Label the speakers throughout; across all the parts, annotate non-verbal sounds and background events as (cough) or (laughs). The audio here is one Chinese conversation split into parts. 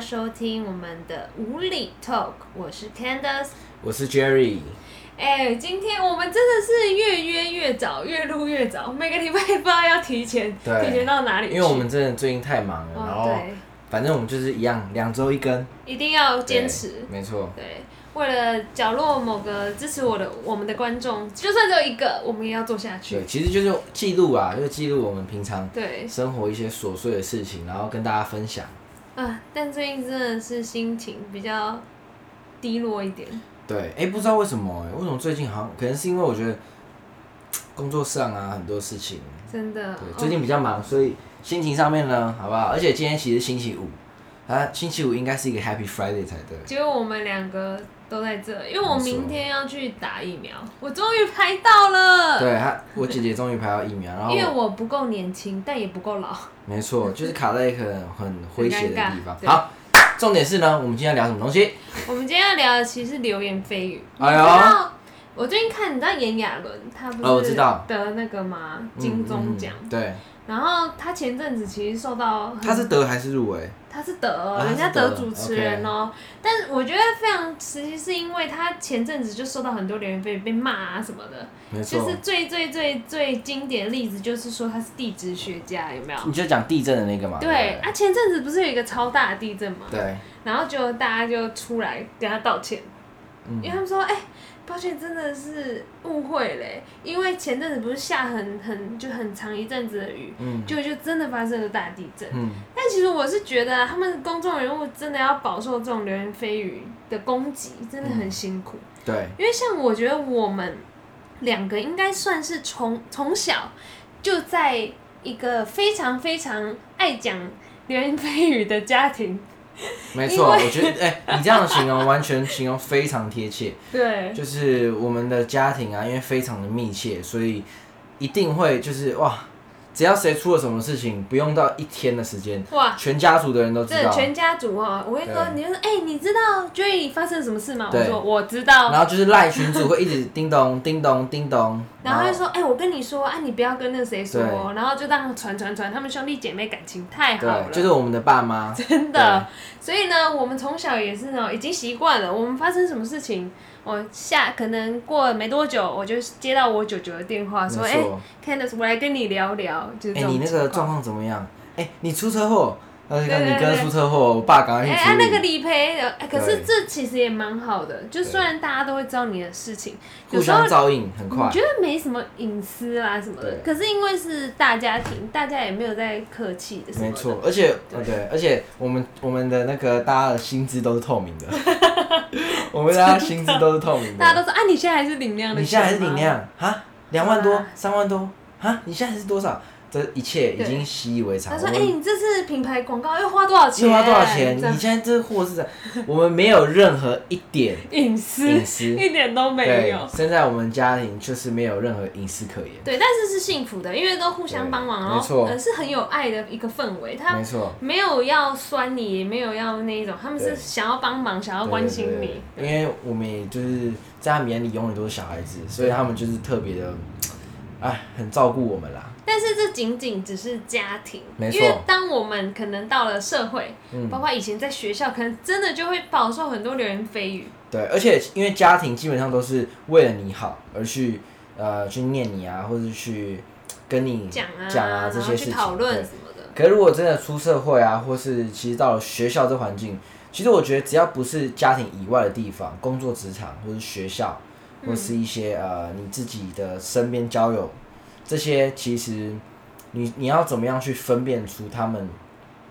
Speaker 1: 收听我们的无理 Talk，我是 Candace。
Speaker 2: 我
Speaker 1: (laughs)
Speaker 2: 是 Jerry，
Speaker 1: 哎、今天我们真的是越约越早，越录越早，每个礼拜不知道要提前
Speaker 2: 对
Speaker 1: 提前到哪里
Speaker 2: 因
Speaker 1: 去，
Speaker 2: 为我们真的最近太忙了，然
Speaker 1: 哦
Speaker 2: 后反正我们就是一样，两周一更，
Speaker 1: 对，一定要 (laughs) 坚持
Speaker 2: 对。没错，
Speaker 1: 对，为了角落某个支持我的我们的观众，就算只有一个，我们也要做下去
Speaker 2: 对，。其实就是记录啊，就是记录我们平常
Speaker 1: 对，
Speaker 2: 生活一些琐碎的事情，然后跟大家分享。
Speaker 1: 啊，但最近真的是心情比较低落一点。
Speaker 2: 对，哎、不知道为什么、哎，为什么最近好像可能是因为我觉得工作上啊很多事情，
Speaker 1: 真的
Speaker 2: 对，，最近比较忙，所以心情上面呢，好不好？而且今天其实星期五，啊，星期五应该是一个 Happy Friday 才对。
Speaker 1: 结果我们两个都在这，因为我
Speaker 2: 没错
Speaker 1: 明天要去打疫苗，我终于排到了。
Speaker 2: 嗯对，他我姐姐终于排到疫苗，然后
Speaker 1: 因为我不够年轻，但也不够
Speaker 2: (laughs)
Speaker 1: 老。
Speaker 2: 没错，就是卡在一个很很诙谐的地方
Speaker 1: 很尴尬。对
Speaker 2: 好，重点是呢，我们今天要聊什么东西？
Speaker 1: 我们今天要聊的其实是流言蜚语。
Speaker 2: 哎
Speaker 1: 你
Speaker 2: 呦
Speaker 1: 知道我最近看，你知道炎亚纶他
Speaker 2: 哦我
Speaker 1: 不
Speaker 2: 知
Speaker 1: 是
Speaker 2: 道
Speaker 1: 得那个吗？金钟奖。
Speaker 2: 嗯嗯对，
Speaker 1: 然后他前阵子其实受到很
Speaker 2: 他是得还是入围？
Speaker 1: 他是得
Speaker 2: 啊
Speaker 1: 人家
Speaker 2: 他是
Speaker 1: 得
Speaker 2: 得
Speaker 1: 主持人哦、但是我觉得非常实际，是因为他前阵子就受到很多流言蜚语被骂啊什么的，
Speaker 2: 没
Speaker 1: 就
Speaker 2: 错
Speaker 1: 是，最最最最经典的例子就是说他是地质学家，有没有？
Speaker 2: 你就讲地震的那个嘛。
Speaker 1: 对
Speaker 2: 不
Speaker 1: 啊，前阵子不是有一个超大的地震嘛，
Speaker 2: 对，对
Speaker 1: 然后就大家就出来跟他道歉，
Speaker 2: 嗯
Speaker 1: 因为他们说，哎、抱歉，真的是误会嘞，因为前阵子不是下很很就很长一阵子的雨，
Speaker 2: 嗯
Speaker 1: 就就真的发生了大地震。
Speaker 2: 嗯，
Speaker 1: 但其实我是觉得啊他们公众人物真的要饱受这种流言蜚语的攻击，真的
Speaker 2: 嗯
Speaker 1: 很辛苦。
Speaker 2: 对，
Speaker 1: 因为像我觉得我们两个应该算是从从小就在一个非常非常爱讲流言蜚语的家庭，
Speaker 2: 没错。
Speaker 1: 因为
Speaker 2: 我觉得，哎、你这样的形容完全形容非常贴切，
Speaker 1: 对
Speaker 2: 就是我们的家庭啊，因为非常的密切，所以一定会就是哇，只要谁出了什么事情，不用到一天的时间，
Speaker 1: 哇。
Speaker 2: 全家族的人都知
Speaker 1: 这
Speaker 2: 道。
Speaker 1: 全家族哦，我会说，
Speaker 2: 对
Speaker 1: 你就说，哎、你知道 Joey 发生了什么事吗？我
Speaker 2: 对
Speaker 1: 说我知道，
Speaker 2: 然后就是赖群主会一直叮咚叮咚叮咚，
Speaker 1: 然后他就说，哎、我跟你说，啊，你不要跟那谁说哦，
Speaker 2: 对
Speaker 1: 然后就让他传传传，他们兄弟姐妹感情太好了，
Speaker 2: 对，就是我们的爸
Speaker 1: (laughs)
Speaker 2: 妈，
Speaker 1: 真的。所以呢，我们从小也是呢，已经习惯了。我们发生什么事情，我下可能过了没多久，我就接到我舅舅的电话，
Speaker 2: 没
Speaker 1: 说：“
Speaker 2: 错。
Speaker 1: 哎、c a n d a c e 我来跟你聊聊。”就是
Speaker 2: 哎、
Speaker 1: 这种
Speaker 2: 你那个
Speaker 1: 情况
Speaker 2: 状。况怎么样？哎、你出车祸，呃，
Speaker 1: 对对
Speaker 2: 你哥
Speaker 1: 对
Speaker 2: 出车祸，我爸赶快
Speaker 1: 哎、
Speaker 2: 去
Speaker 1: 啊
Speaker 2: 处
Speaker 1: 那个
Speaker 2: 理，
Speaker 1: 理赔，哎、可是
Speaker 2: 对
Speaker 1: 这其实也蛮好的。就虽然大家都会知道你的事情，有
Speaker 2: 互
Speaker 1: 时候
Speaker 2: 相照应，很快
Speaker 1: 你觉。得没什么隐私啊什么的。
Speaker 2: 对
Speaker 1: 可是因为是大家庭，大家也没有在客气的什么的。
Speaker 2: 没错，而且
Speaker 1: 对
Speaker 2: 呃对，而且我们我们的那个大家的薪资都是
Speaker 1: (laughs)
Speaker 2: 透明的，我们大家的薪资都是透明的。
Speaker 1: 大家都说：“啊，你现在还是领量的，
Speaker 2: 你现在还是领？量啊？两万
Speaker 1: 对
Speaker 2: 多
Speaker 1: 啊，
Speaker 2: 三万多啊？你现在还是多少？这一切已
Speaker 1: 对
Speaker 2: 经习以为常。
Speaker 1: 他说：“
Speaker 2: 我
Speaker 1: 哎、
Speaker 2: 们
Speaker 1: 你这次品牌广告又花多少钱？
Speaker 2: 又花多少钱？
Speaker 1: 这样
Speaker 2: 你现在这货是怎？我们没有任何一点
Speaker 1: 隐私，
Speaker 2: 隐私，
Speaker 1: 一点都没
Speaker 2: 对
Speaker 1: 有。，
Speaker 2: 现在我们家庭就是没有任何隐私可言。
Speaker 1: 对，但是是幸福的，因为都互相帮忙，
Speaker 2: 对
Speaker 1: 然
Speaker 2: 没
Speaker 1: 后
Speaker 2: 错
Speaker 1: 呃是很有爱的一个氛围。他
Speaker 2: 没错，
Speaker 1: 没有要酸你，也没有要那一种，他们是
Speaker 2: 对
Speaker 1: 想要帮忙，想要关心
Speaker 2: 对
Speaker 1: 你。，
Speaker 2: 对对因为我们也就是在他们眼里永远都是小孩子，所以他们就是特别的，哎，很照顾我们啦。
Speaker 1: 但是这仅仅只是家庭，
Speaker 2: 没
Speaker 1: 因
Speaker 2: 错
Speaker 1: 为当我们可能到了社会，
Speaker 2: 嗯
Speaker 1: 包括以前在学校，可能真的就会饱受很多流言蜚语。
Speaker 2: 对，而且因为家庭基本上都是为了你好而去呃去念你啊，或者去跟你
Speaker 1: 讲啊，
Speaker 2: 讲啊这
Speaker 1: 然后
Speaker 2: 些事
Speaker 1: 去
Speaker 2: 情。
Speaker 1: 讨论
Speaker 2: 对
Speaker 1: 什么的，
Speaker 2: 可是如果真的出社会啊，或是其实到了学校这环境，其实我觉得只要不是家庭以外的地方，工作职场或是学校，或是一些、
Speaker 1: 嗯
Speaker 2: 呃你自己的身边交友，这些其实你你要怎么样去分辨出他们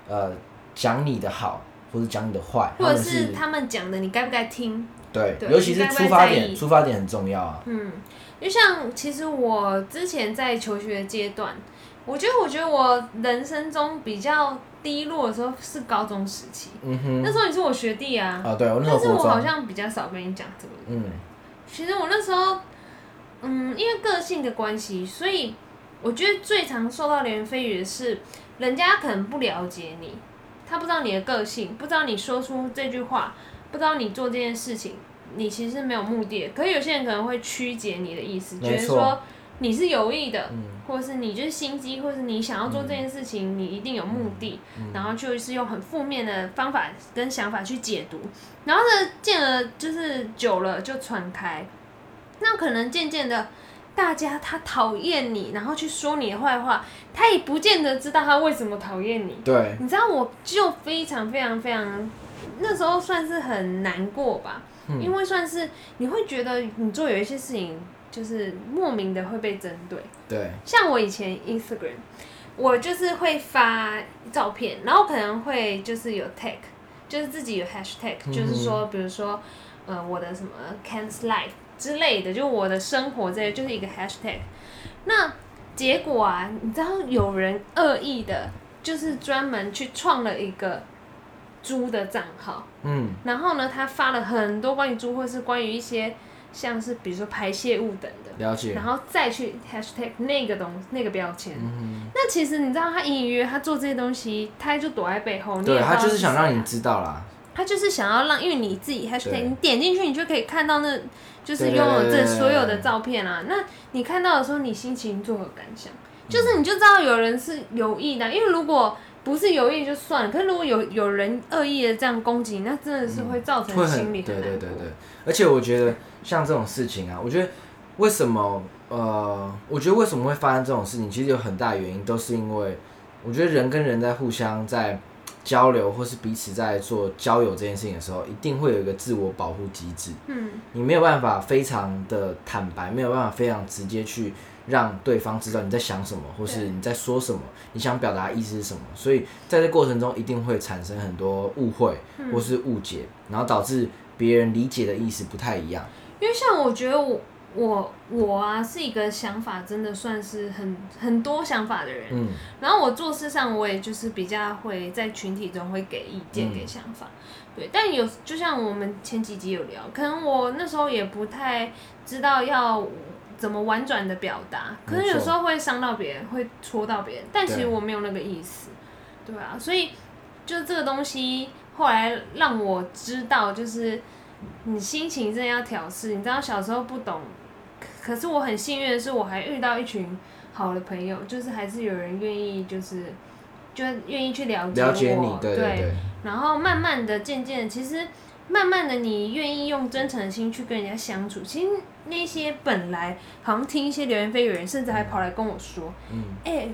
Speaker 2: 呃讲你的好，或者讲你的坏，
Speaker 1: 或
Speaker 2: 他
Speaker 1: 者
Speaker 2: 们
Speaker 1: 是他们讲的，你该不该听？
Speaker 2: 对，
Speaker 1: 对
Speaker 2: 尤其
Speaker 1: 你
Speaker 2: 是
Speaker 1: 该不该
Speaker 2: 出发
Speaker 1: 在
Speaker 2: 点，
Speaker 1: 意
Speaker 2: 出发点很重要啊。
Speaker 1: 嗯，就像其实我之前在求学阶段，我觉得我觉得我人生中比较低落的时候是高中时期，
Speaker 2: 嗯哼，
Speaker 1: 那时候你是我学弟啊，
Speaker 2: 啊，对我那时候
Speaker 1: 但是我
Speaker 2: 国
Speaker 1: 好
Speaker 2: 中，
Speaker 1: 像比较少跟你讲这个。
Speaker 2: 嗯，
Speaker 1: 其实我那时候，嗯，因为个性的关系，所以我觉得最常受到流言蜚语的是，人家可能不了解你，他不知道你的个性，不知道你说出这句话，不知道你做这件事情，你其实是没有目的的。可是有些人可能会曲解你的意思，觉
Speaker 2: 没
Speaker 1: 得
Speaker 2: 错
Speaker 1: 说你是有意的，或者是你就是心机，或者是你想要做这件事情，你一定有目的，然后就是用很负面的方法跟想法去解读，然后呢，见了就是久了就传开，那可能渐渐的。大家他讨厌你，然后去说你的坏话，他也不见得知道他为什么讨厌你。
Speaker 2: 对，
Speaker 1: 你知道，我就非常非常非常，那时候算是很难过吧，因为算是你会觉得你做有一些事情，就是莫名的会被针对。
Speaker 2: 对，
Speaker 1: 像我以前 Instagram，我就是会发照片，然后可能会就是有 tag，就是自己有 hashtag，、就是
Speaker 2: 嗯
Speaker 1: 说，比如说，呃，我的什么 Can's Life 之类的，就我的生活这些，就是一个 hashtag。那结果啊，你知道有人恶意的，就是专门去创了一个猪的账号，
Speaker 2: 嗯，
Speaker 1: 然后呢，他发了很多关于猪或是关于一些像是比如说排泄物等的。
Speaker 2: 了解
Speaker 1: 然，后再去 hashtag 那个东那个标签。
Speaker 2: 嗯
Speaker 1: 那其实你知道，他隐隐约约他做这些东西，他就躲在背后。你也
Speaker 2: 对
Speaker 1: 不知道
Speaker 2: 他就是想让
Speaker 1: 谁
Speaker 2: 你
Speaker 1: 啊，
Speaker 2: 知道啦，
Speaker 1: 他就是想要让，因为你自己 hashtag，
Speaker 2: 对
Speaker 1: 你点进去，你就可以看到那，就是
Speaker 2: 对
Speaker 1: 拥有
Speaker 2: 对对
Speaker 1: 这
Speaker 2: 对
Speaker 1: 所有的照片啊。那你看到的时候，你心情作何感想？
Speaker 2: 嗯
Speaker 1: 就是你就知道有人是有意的啊，因为如果不是有意就算了，可是如果有有人恶意的这样攻击你，那真的是会造成
Speaker 2: 嗯会
Speaker 1: 心
Speaker 2: 很
Speaker 1: 理
Speaker 2: 对对
Speaker 1: 难
Speaker 2: 对
Speaker 1: 过
Speaker 2: 对，而且我觉得像这种事情啊，我觉得为什么呃，我觉得为什么会发生这种事情，其实有很大原因都是因为我觉得人跟人在互相在交流或是彼此在做交友这件事情的时候，一定会有一个自我保护机制。
Speaker 1: 嗯，
Speaker 2: 你没有办法非常的坦白，没有办法非常直接去让对方知道你在想什么，或是
Speaker 1: 对
Speaker 2: 你在说什么，你想表达的意思是什么。所以在这过程中，一定会产生很多误会
Speaker 1: 嗯
Speaker 2: 或是误解，然后导致别人理解的意思不太一样。
Speaker 1: 因为像我觉得我我我啊是一个想法真的算是很很多想法的人，
Speaker 2: 嗯，
Speaker 1: 然后我做事上我也就是比较会在群体中会给意见
Speaker 2: 嗯
Speaker 1: 给想法，对，但有就像我们前几集有聊，可能我那时候也不太知道要。怎么婉转的表达，可是
Speaker 2: 没错
Speaker 1: 有时候会伤到别人，会戳到别人，但其实
Speaker 2: 对
Speaker 1: 我没有那个意思，对啊，所以就这个东西，后来让我知道，就是你心情真的要调试。你知道小时候不懂，可可是我很幸运的是，我还遇到一群好的朋友，就是还是有人愿意，就是就愿意去了解我，
Speaker 2: 了解你，对对对，
Speaker 1: 然后慢慢的、渐渐的，其实慢慢的，你愿意用真诚的心去跟人家相处。其实那些本来好像听一些流言蜚语的人，甚至还跑来跟我说，
Speaker 2: 嗯，
Speaker 1: 哎、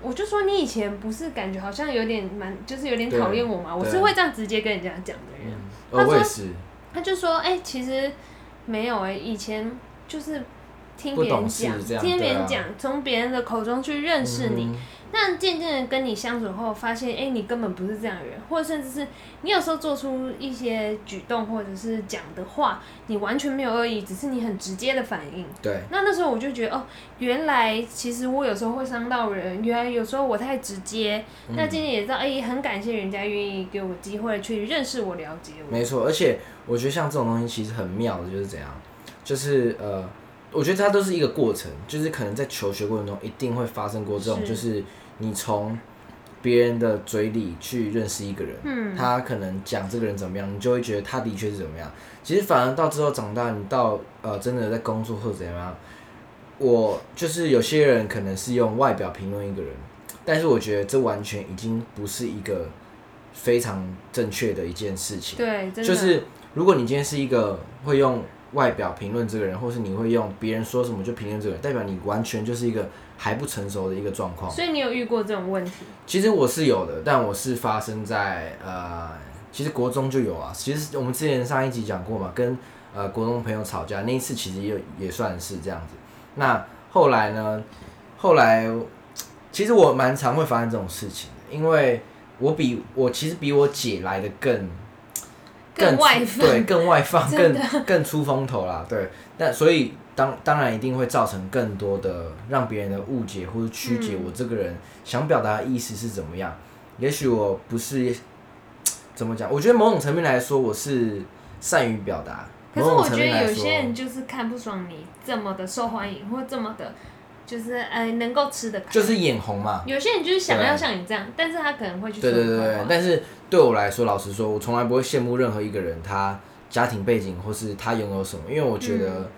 Speaker 1: 我就说你以前不是感觉好像有点蛮，就是有点
Speaker 2: 对
Speaker 1: 讨厌我嘛，我是
Speaker 2: 对
Speaker 1: 会这样直接跟人家讲的人。
Speaker 2: 呃，
Speaker 1: 他
Speaker 2: 我也
Speaker 1: 说
Speaker 2: 是，
Speaker 1: 他就说：“哎、其实没有哎、以前就是听
Speaker 2: 不
Speaker 1: 别人
Speaker 2: 懂事
Speaker 1: 讲，
Speaker 2: 这样
Speaker 1: 听别人
Speaker 2: 对啊
Speaker 1: 讲，从别、人的口中去认识你。
Speaker 2: 嗯
Speaker 1: 那渐渐的跟你相处后，发现哎、你根本不是这样的人，或者甚至是你有时候做出一些举动或者是讲的话，你完全没有恶意，只是你很直接的反应。
Speaker 2: 对，
Speaker 1: 那那时候我就觉得，哦，原来其实我有时候会伤到人，原来有时候我太直接。那
Speaker 2: 嗯
Speaker 1: 渐渐也知道，哎、很感谢人家愿意给我机会去认识我、了解我。
Speaker 2: 没错，而且我觉得像这种东西其实很妙的，就是怎样，就是呃，我觉得它都是一个过程，就是可能在求学过程中一定会发生过这种，
Speaker 1: 是
Speaker 2: 就是你从别人的嘴里去认识一个人，
Speaker 1: 嗯，
Speaker 2: 他可能讲这个人怎么样，你就会觉得他的确是怎么样。其实反而到之后长大，你到呃真的在工作或者怎么样，我就是有些人可能是用外表评论一个人，但是我觉得这完全已经不是一个非常正确的一件事情。
Speaker 1: 对，真的
Speaker 2: 就是如果你今天是一个会用外表评论这个人，或是你会用别人说什么就评论这个人，代表你完全就是一个还不成熟的一个状况。
Speaker 1: 所以你有遇过这种问题？
Speaker 2: 其实我是有的，但我是发生在呃，其实国中就有啊。其实我们之前上一集讲过嘛，跟呃国中朋友吵架那一次，其实也有也算是这样子。那后来呢？后来其实我蛮常会发生这种事情的，因为我比我其实比我姐来的更
Speaker 1: 更
Speaker 2: 出
Speaker 1: 外放
Speaker 2: 对，更
Speaker 1: (laughs)
Speaker 2: 外放，
Speaker 1: 真
Speaker 2: 更
Speaker 1: 的
Speaker 2: 更出风头啦。对，但所以当当然一定会造成更多的让别人的误解或者曲解
Speaker 1: 嗯
Speaker 2: 我这个人想表达的意思是怎么样。也许我不是怎么讲，我觉得某种层面来说，我是善于表达。
Speaker 1: 可是
Speaker 2: 某
Speaker 1: 我觉
Speaker 2: 种层
Speaker 1: 得
Speaker 2: 面来
Speaker 1: 有
Speaker 2: 说
Speaker 1: 些人就是看不爽你这么的受欢迎，或这么的，就是呃能够吃得开。
Speaker 2: 就是眼红嘛，
Speaker 1: 有些人就是想
Speaker 2: 对啊
Speaker 1: 要像你这样，但是他可能会去
Speaker 2: 对
Speaker 1: 说
Speaker 2: 对
Speaker 1: 你
Speaker 2: 对
Speaker 1: 坏
Speaker 2: 对
Speaker 1: 话，
Speaker 2: 但是对我来说，老实说，我从来不会羡
Speaker 1: 嗯
Speaker 2: 慕任何一个人他家庭背景或是他拥有什么，因为我觉得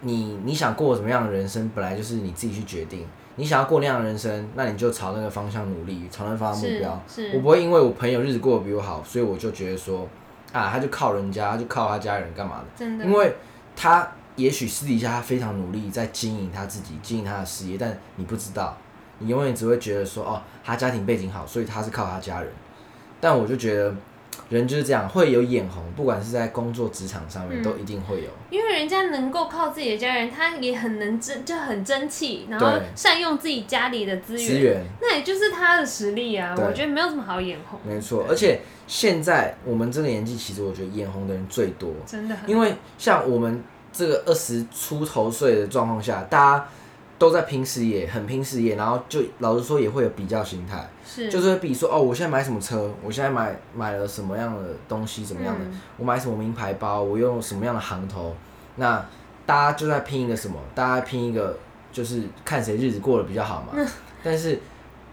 Speaker 2: 你你想过怎么样的人生，本来就是你自己去决定。你想要过那样的人生，那你就朝那个方向努力，朝那个方向目
Speaker 1: 是
Speaker 2: 标。我
Speaker 1: 是
Speaker 2: 不会因为我朋友日子过得比我好，所以我就觉得说啊，他就靠人家，他就靠他家人干嘛的？
Speaker 1: 真的
Speaker 2: 因，为他也许私底下他非常努力在经营他自己，经营他的事业，但你不知道，你永远只会觉得说哦，他家庭背景好，所以他是靠他家人。但我就觉得人就是这样，会有眼红，不管是在工作职场上
Speaker 1: 嗯
Speaker 2: 面，都一定会有。
Speaker 1: 因为人家能够靠自己的家人，他也很能争，就很争气，然后
Speaker 2: 对
Speaker 1: 善用自己家里的资
Speaker 2: 资
Speaker 1: 源，
Speaker 2: 源
Speaker 1: 那也就是他的实力啊。
Speaker 2: 对
Speaker 1: 我觉得没有什么好眼红，
Speaker 2: 没错，而且现在我们这个年纪，其实我觉得眼红的人最多。
Speaker 1: 真的很
Speaker 2: 因为像我们这个二十出头岁的状况下，大家都在拼事业，很拼事业，然后就老实说也会有比较心态，
Speaker 1: 是
Speaker 2: 就是会比说哦，我现在买什么车，我现在买买了什么样的东西，怎么样的，
Speaker 1: 嗯
Speaker 2: 我买什么名牌包，我用什么样的行头，那大家就在拼一个什么，大家拼一个就是看谁日子过得比较好
Speaker 1: 嗯
Speaker 2: 嘛，但是。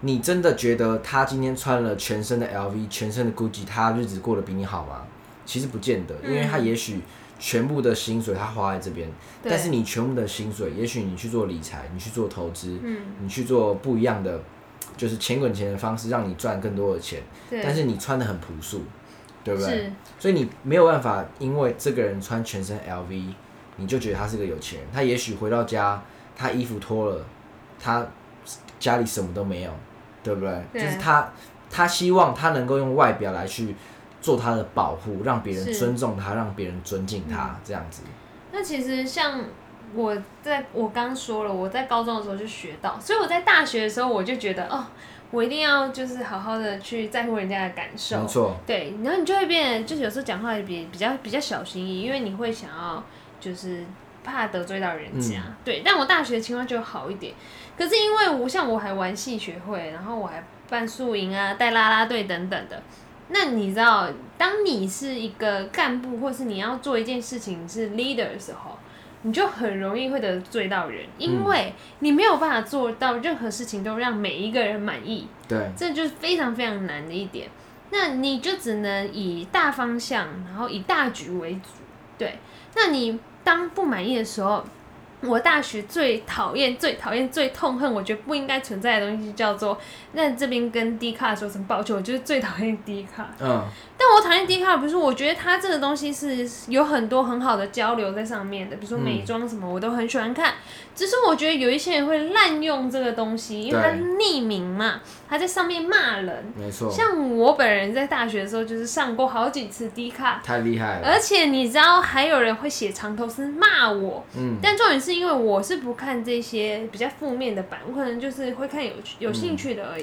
Speaker 2: 你真的觉得他今天穿了全身的 LV、全身的 GUCCI，他日子过得比你好吗？其实不见得，因为他
Speaker 1: 嗯
Speaker 2: 也许全部的薪水他花在这边，
Speaker 1: 对
Speaker 2: 但是你全部的薪水，也许你去做理财，你去做投资，
Speaker 1: 嗯，
Speaker 2: 你去做不一样的，就是钱滚钱的方式，让你赚更多的钱，
Speaker 1: 对，
Speaker 2: 但是你穿的很朴素，对不对？
Speaker 1: 是
Speaker 2: 所以你没有办法，因为这个人穿全身 LV，你就觉得他是个有钱人。他也许回到家，他衣服脱了，他家里什么都没有，对不对？
Speaker 1: 对
Speaker 2: 就是他，他希望他能够用外表来去做他的保护，让别人
Speaker 1: 是嗯
Speaker 2: 尊重他，让别人尊敬他，这样子。
Speaker 1: 那其实像我在我刚说了，我在高中的时候就学到，所以我在大学的时候我就觉得哦，我一定要就是好好的去在乎人家的感受
Speaker 2: 没，错，
Speaker 1: 对，然后你就会变得，就是有时候讲话也比比较比较小心翼翼，因为你会想要就是怕得罪到人家，对。但我大学情况就好一点，可是因为我像我还玩戏学会，然后我还办宿营啊、带啦啦队等等的。那你知道，当你是一个干部，或是你要做一件事情是 leader 的时候，你就很容易会得罪到人，因
Speaker 2: 嗯
Speaker 1: 为你没有办法做到任何事情都让每一个人满意。
Speaker 2: 对，
Speaker 1: 这就是非常非常难的一点。那你就只能以大方向，然后以大局为主。对，那你当不满意的时候，我大学最讨厌、最讨厌、最痛恨，我觉得不应该存在的东西叫做……那这边跟 D 卡说声抱歉，我就是最讨厌 D 卡。
Speaker 2: 嗯，
Speaker 1: 但我讨厌 D 卡，不是我觉得它这个东西是有很多很好的交流在上面的，比如说
Speaker 2: 嗯
Speaker 1: 美妆什么，我都很喜欢看。只是我觉得有一些人会滥用这个东西，因为它
Speaker 2: 对哦
Speaker 1: 匿名嘛，他在上面骂人。
Speaker 2: 没错，
Speaker 1: 像我本人在大学的时候，就是上过好几次 D 卡，
Speaker 2: 太厉害了，
Speaker 1: 而且你知道还有人会写长头诗骂我，
Speaker 2: 嗯，
Speaker 1: 但重点是因为我是不看这些比较负面的版，我可能就是会看有有兴趣的而已。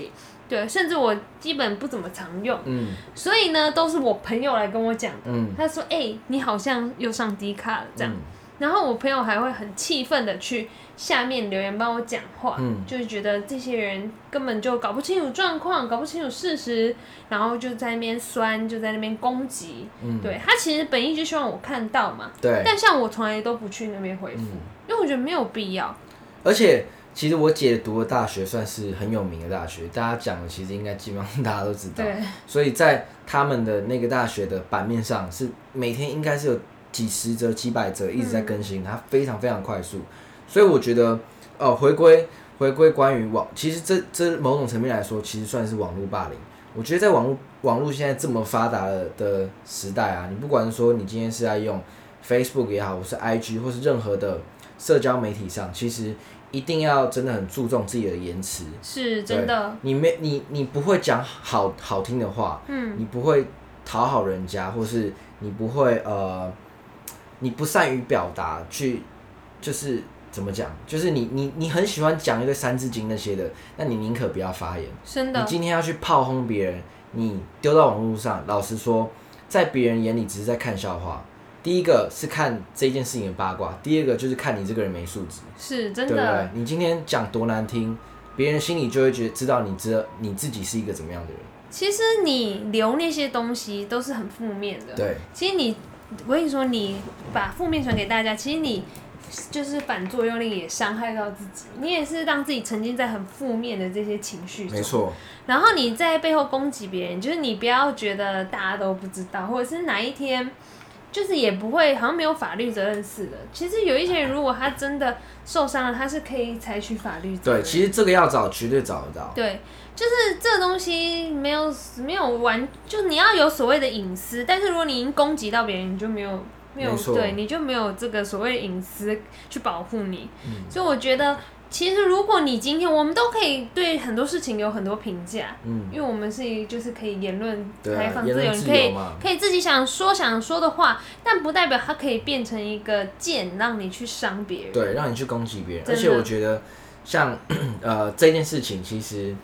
Speaker 1: 对，甚至我基本不怎么常用。
Speaker 2: 嗯
Speaker 1: 所以呢，都是我朋友来跟我讲的。
Speaker 2: 嗯，
Speaker 1: 他说：“哎、你好像又上低卡了这样。然后我朋友还会很气愤的去下面留言帮我讲话，
Speaker 2: 嗯
Speaker 1: 就是觉得这些人根本就搞不清楚状况，搞不清楚事实，然后就在那边酸，就在那边攻击。
Speaker 2: 嗯，
Speaker 1: 对他其实本意就希望我看到嘛，
Speaker 2: 对，
Speaker 1: 但像我从来都不去那边回复，
Speaker 2: 嗯，
Speaker 1: 因为我觉得没有必要。
Speaker 2: 而且其实我姐读的大学算是很有名的大学，大家讲的其实应该基本上大家都知道，
Speaker 1: 对，
Speaker 2: 所以在他们的那个大学的版面上是每天应该是有几十则、几百则一直在更新，它非常非常快速，所以我觉得哦，回归回归关于网，其实这这某种层面来说，其实算是网络霸凌。我觉得在网络网络现在这么发达的的时代啊，你不管说你今天是在用 Facebook 也好，或是 IG 或是任何的社交媒体上，其实一定要真的很注重自己的言辞。
Speaker 1: 是真的，
Speaker 2: 你没你你不会讲好好听的话，
Speaker 1: 嗯，
Speaker 2: 你不会讨好人家，或是你不会呃，你不善于表达，去就是怎么讲，就是你你你很喜欢讲一堆《三字经》那些的，那你宁可不要发言。
Speaker 1: 真
Speaker 2: 你
Speaker 1: 的，
Speaker 2: 今天要去炮轰别人，你丢到网络上，老实说，在别人眼里只是在看笑话。第一个是看这件事情的八卦，第二个就是看你这个人没素质。
Speaker 1: 是真
Speaker 2: 对不对
Speaker 1: 的，？
Speaker 2: 你今天讲多难听，别人心里就会觉得知道你知你自己是一个怎么样的人。
Speaker 1: 其实你留那些东西都是很负面的。
Speaker 2: 对，
Speaker 1: 其实你，我跟你说，你把负面传给大家，其实你就是反作用力，也伤害到自己，你也是让自己沉浸在很负面的这些情绪中
Speaker 2: 没。错，
Speaker 1: 然后你在背后攻击别人，就是你不要觉得大家都不知道，或者是哪一天。就是也不会好像没有法律责任似的。其实有一些人如果他真的受伤了，他是可以采取法律责
Speaker 2: 对，
Speaker 1: 任。
Speaker 2: 其实这个要找绝对找得到。
Speaker 1: 对，就是这个东西没有没有完，就你要有所谓的隐私，但是如果你已经攻击到别人，你就没有没有
Speaker 2: 没错
Speaker 1: 对，你就没有这个所谓隐私去保护你。
Speaker 2: 嗯
Speaker 1: 所以我觉得，其实如果你今天，我们都可以对很多事情有很多评价。
Speaker 2: 嗯，
Speaker 1: 因为我们是一就是可以言论
Speaker 2: 对
Speaker 1: 开
Speaker 2: 啊，
Speaker 1: 放
Speaker 2: 言
Speaker 1: 自由，
Speaker 2: 论
Speaker 1: 你
Speaker 2: 自
Speaker 1: 可以
Speaker 2: 由嘛，
Speaker 1: 可以自己想说想说的话，但不代表它可以变成一个剑，让你去伤别人。
Speaker 2: 对，让你去攻击别人。而
Speaker 1: 真
Speaker 2: 且
Speaker 1: 的
Speaker 2: 我觉得像呃这件事情，其实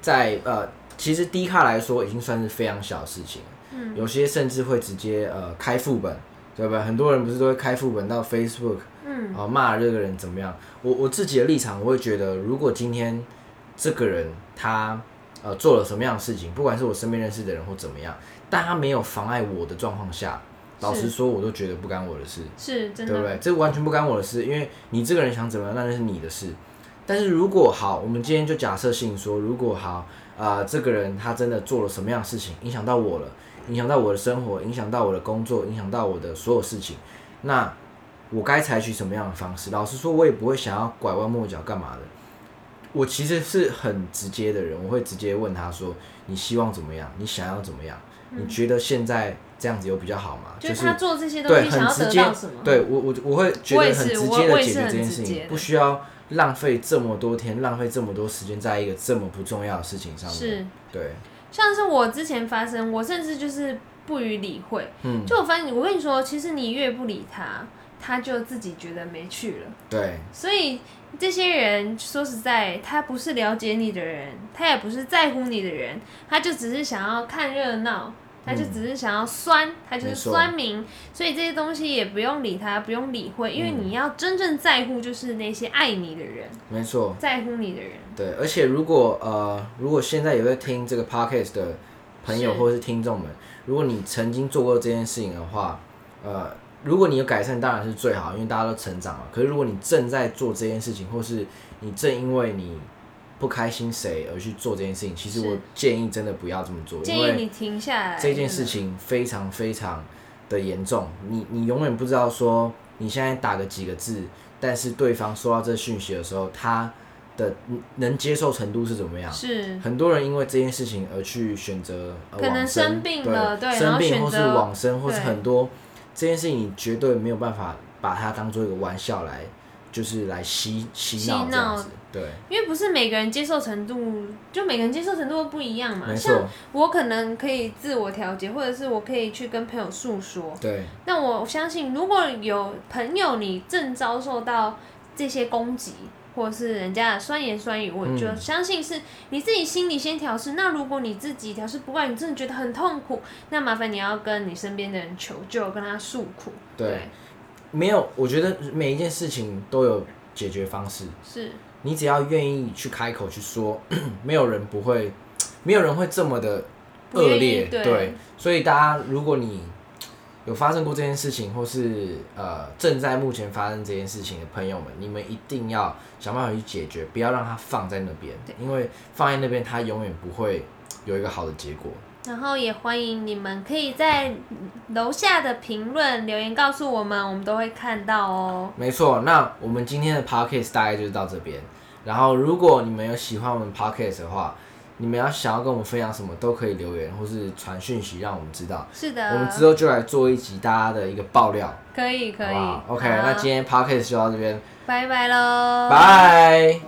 Speaker 2: 在呃其实低卡来说已经算是非常小的事情了，
Speaker 1: 嗯
Speaker 2: 有些甚至会直接呃开副本，对吧？很多人不是都会开副本到 Facebook。
Speaker 1: 嗯，
Speaker 2: 啊，骂这个人怎么样？我我自己的立场，我会觉得，如果今天这个人他呃做了什么样的事情，不管是我身边认识的人或怎么样，但他没有妨碍我的状况下，老
Speaker 1: 是
Speaker 2: 实说，我都觉得不干我的事，
Speaker 1: 是真
Speaker 2: 对
Speaker 1: 的，
Speaker 2: 不对？这完全不干我的事，因为你这个人想怎么样，那就是你的事。但是如果好，我们今天就假设性说，如果好，啊，这个人他真的做了什么样的事情，影响到我了，影响到我的生活，影响到我的工作，影响到我的所有事情，那我该采取什么样的方式？老实说，我也不会想要拐弯抹角干嘛的。我其实是很直接的人，我会直接问他说：“你希望怎么样？你想要怎么样？你觉得现在这样子有比较好吗？”
Speaker 1: 嗯就是
Speaker 2: 是
Speaker 1: 他做这些东西
Speaker 2: 对，很
Speaker 1: 想要
Speaker 2: 直
Speaker 1: 得
Speaker 2: 接
Speaker 1: 到什么？
Speaker 2: 对我我我会觉
Speaker 1: 我也
Speaker 2: 得
Speaker 1: 是
Speaker 2: 很直
Speaker 1: 我
Speaker 2: 接
Speaker 1: 我
Speaker 2: 的
Speaker 1: 也
Speaker 2: 解
Speaker 1: 是
Speaker 2: 决这
Speaker 1: 很
Speaker 2: 件
Speaker 1: 直
Speaker 2: 事
Speaker 1: 接
Speaker 2: 情，
Speaker 1: 的
Speaker 2: 不需要浪费这么多天，浪费这么多时间在一个这么不重要的事情上面。
Speaker 1: 是
Speaker 2: 对，
Speaker 1: 像是我之前发生，我甚至就是不予理会。
Speaker 2: 嗯，
Speaker 1: 就我发现，我跟你说，其实你越不理他，他就自己觉得没趣了。
Speaker 2: 对，
Speaker 1: 所以这些人说实在，他不是了解你的人，他也不是在乎你的人，他就只是想要看热闹，他就只是想要酸，他就是
Speaker 2: 嗯没错
Speaker 1: 酸民。所以这些东西也不用理他，不用理
Speaker 2: 嗯
Speaker 1: 会，因为你要真正在乎就是那些爱你的人，
Speaker 2: 没错，
Speaker 1: 在乎你的人。
Speaker 2: 对。而且如果呃，如果现在有在听这个 podcast 的朋友
Speaker 1: 是
Speaker 2: 或是听众们，如果你曾经做过这件事情的话，呃，如果你有改善，当然是最好，因为大家都成长嘛。可是如果你正在做这件事情，或是你正因为你不开心谁而去做这件事情，其实
Speaker 1: 是
Speaker 2: 我建议真的不要这么做，
Speaker 1: 建
Speaker 2: 因
Speaker 1: 议
Speaker 2: 为
Speaker 1: 你停下来。
Speaker 2: 这件
Speaker 1: 真
Speaker 2: 事
Speaker 1: 的
Speaker 2: 情非常非常的严重，你你永远不知道说你现在打个几个字，但是对方收到这讯息的时候，他的能接受程度是怎么样？
Speaker 1: 是
Speaker 2: 很多人因为这件事情而去选择、呃、
Speaker 1: 可能
Speaker 2: 往
Speaker 1: 生病了对然
Speaker 2: 生
Speaker 1: 后
Speaker 2: 病
Speaker 1: 选
Speaker 2: 或是
Speaker 1: 择
Speaker 2: 往生，或是
Speaker 1: 对
Speaker 2: 很多这件事情，你绝对没有办法把它当做一个玩笑来，就是来嬉嬉
Speaker 1: 嬉
Speaker 2: 闹这样
Speaker 1: 闹
Speaker 2: 子，对，
Speaker 1: 因为不是每个人接受程度，就每个人接受程度都不一样嘛。
Speaker 2: 没
Speaker 1: 嗯像
Speaker 2: 错，
Speaker 1: 我可能可以自我调节，或者是我可以去跟朋友诉说。
Speaker 2: 对，
Speaker 1: 那我相信，如果有朋友你正遭受到这些攻击，或是人家的酸言酸语，我
Speaker 2: 嗯
Speaker 1: 就相信是你自己心里先调试。那如果你自己调试不过来，你真的觉得很痛苦，那麻烦你要跟你身边的人求救，跟他诉苦。
Speaker 2: 对
Speaker 1: 对，
Speaker 2: 没有，我觉得每一件事情都有解决方式。
Speaker 1: 是
Speaker 2: 你只要愿意去开口去说，没有人不会，没有人会这么的
Speaker 1: 不
Speaker 2: 恶
Speaker 1: 愿意
Speaker 2: 劣，
Speaker 1: 对
Speaker 2: 所以大家，如果你有发生过这件事情，或是呃正在目前发生这件事情的朋友们，你们一定要想办法去解决，不要让它放在那边，因为放在那边它永远不会有一个好的结果。
Speaker 1: 然后也欢迎你们可以在楼下的评论留言告诉我们，我们都会看到哦。
Speaker 2: 没错，那我们今天的 podcast 大概就是到这边。然后，如果你们有喜欢我们 podcast 的话，你们要想要跟我们分享什么，都可以留言或是传讯息让我们知道。
Speaker 1: 是
Speaker 2: 我们
Speaker 1: 的，
Speaker 2: 之后就来做一集大家的一个爆料，
Speaker 1: 可以可
Speaker 2: 好
Speaker 1: 以
Speaker 2: 不好。OK，
Speaker 1: 好
Speaker 2: 那今天 podcast 就到这边，
Speaker 1: 拜拜喽，
Speaker 2: 拜。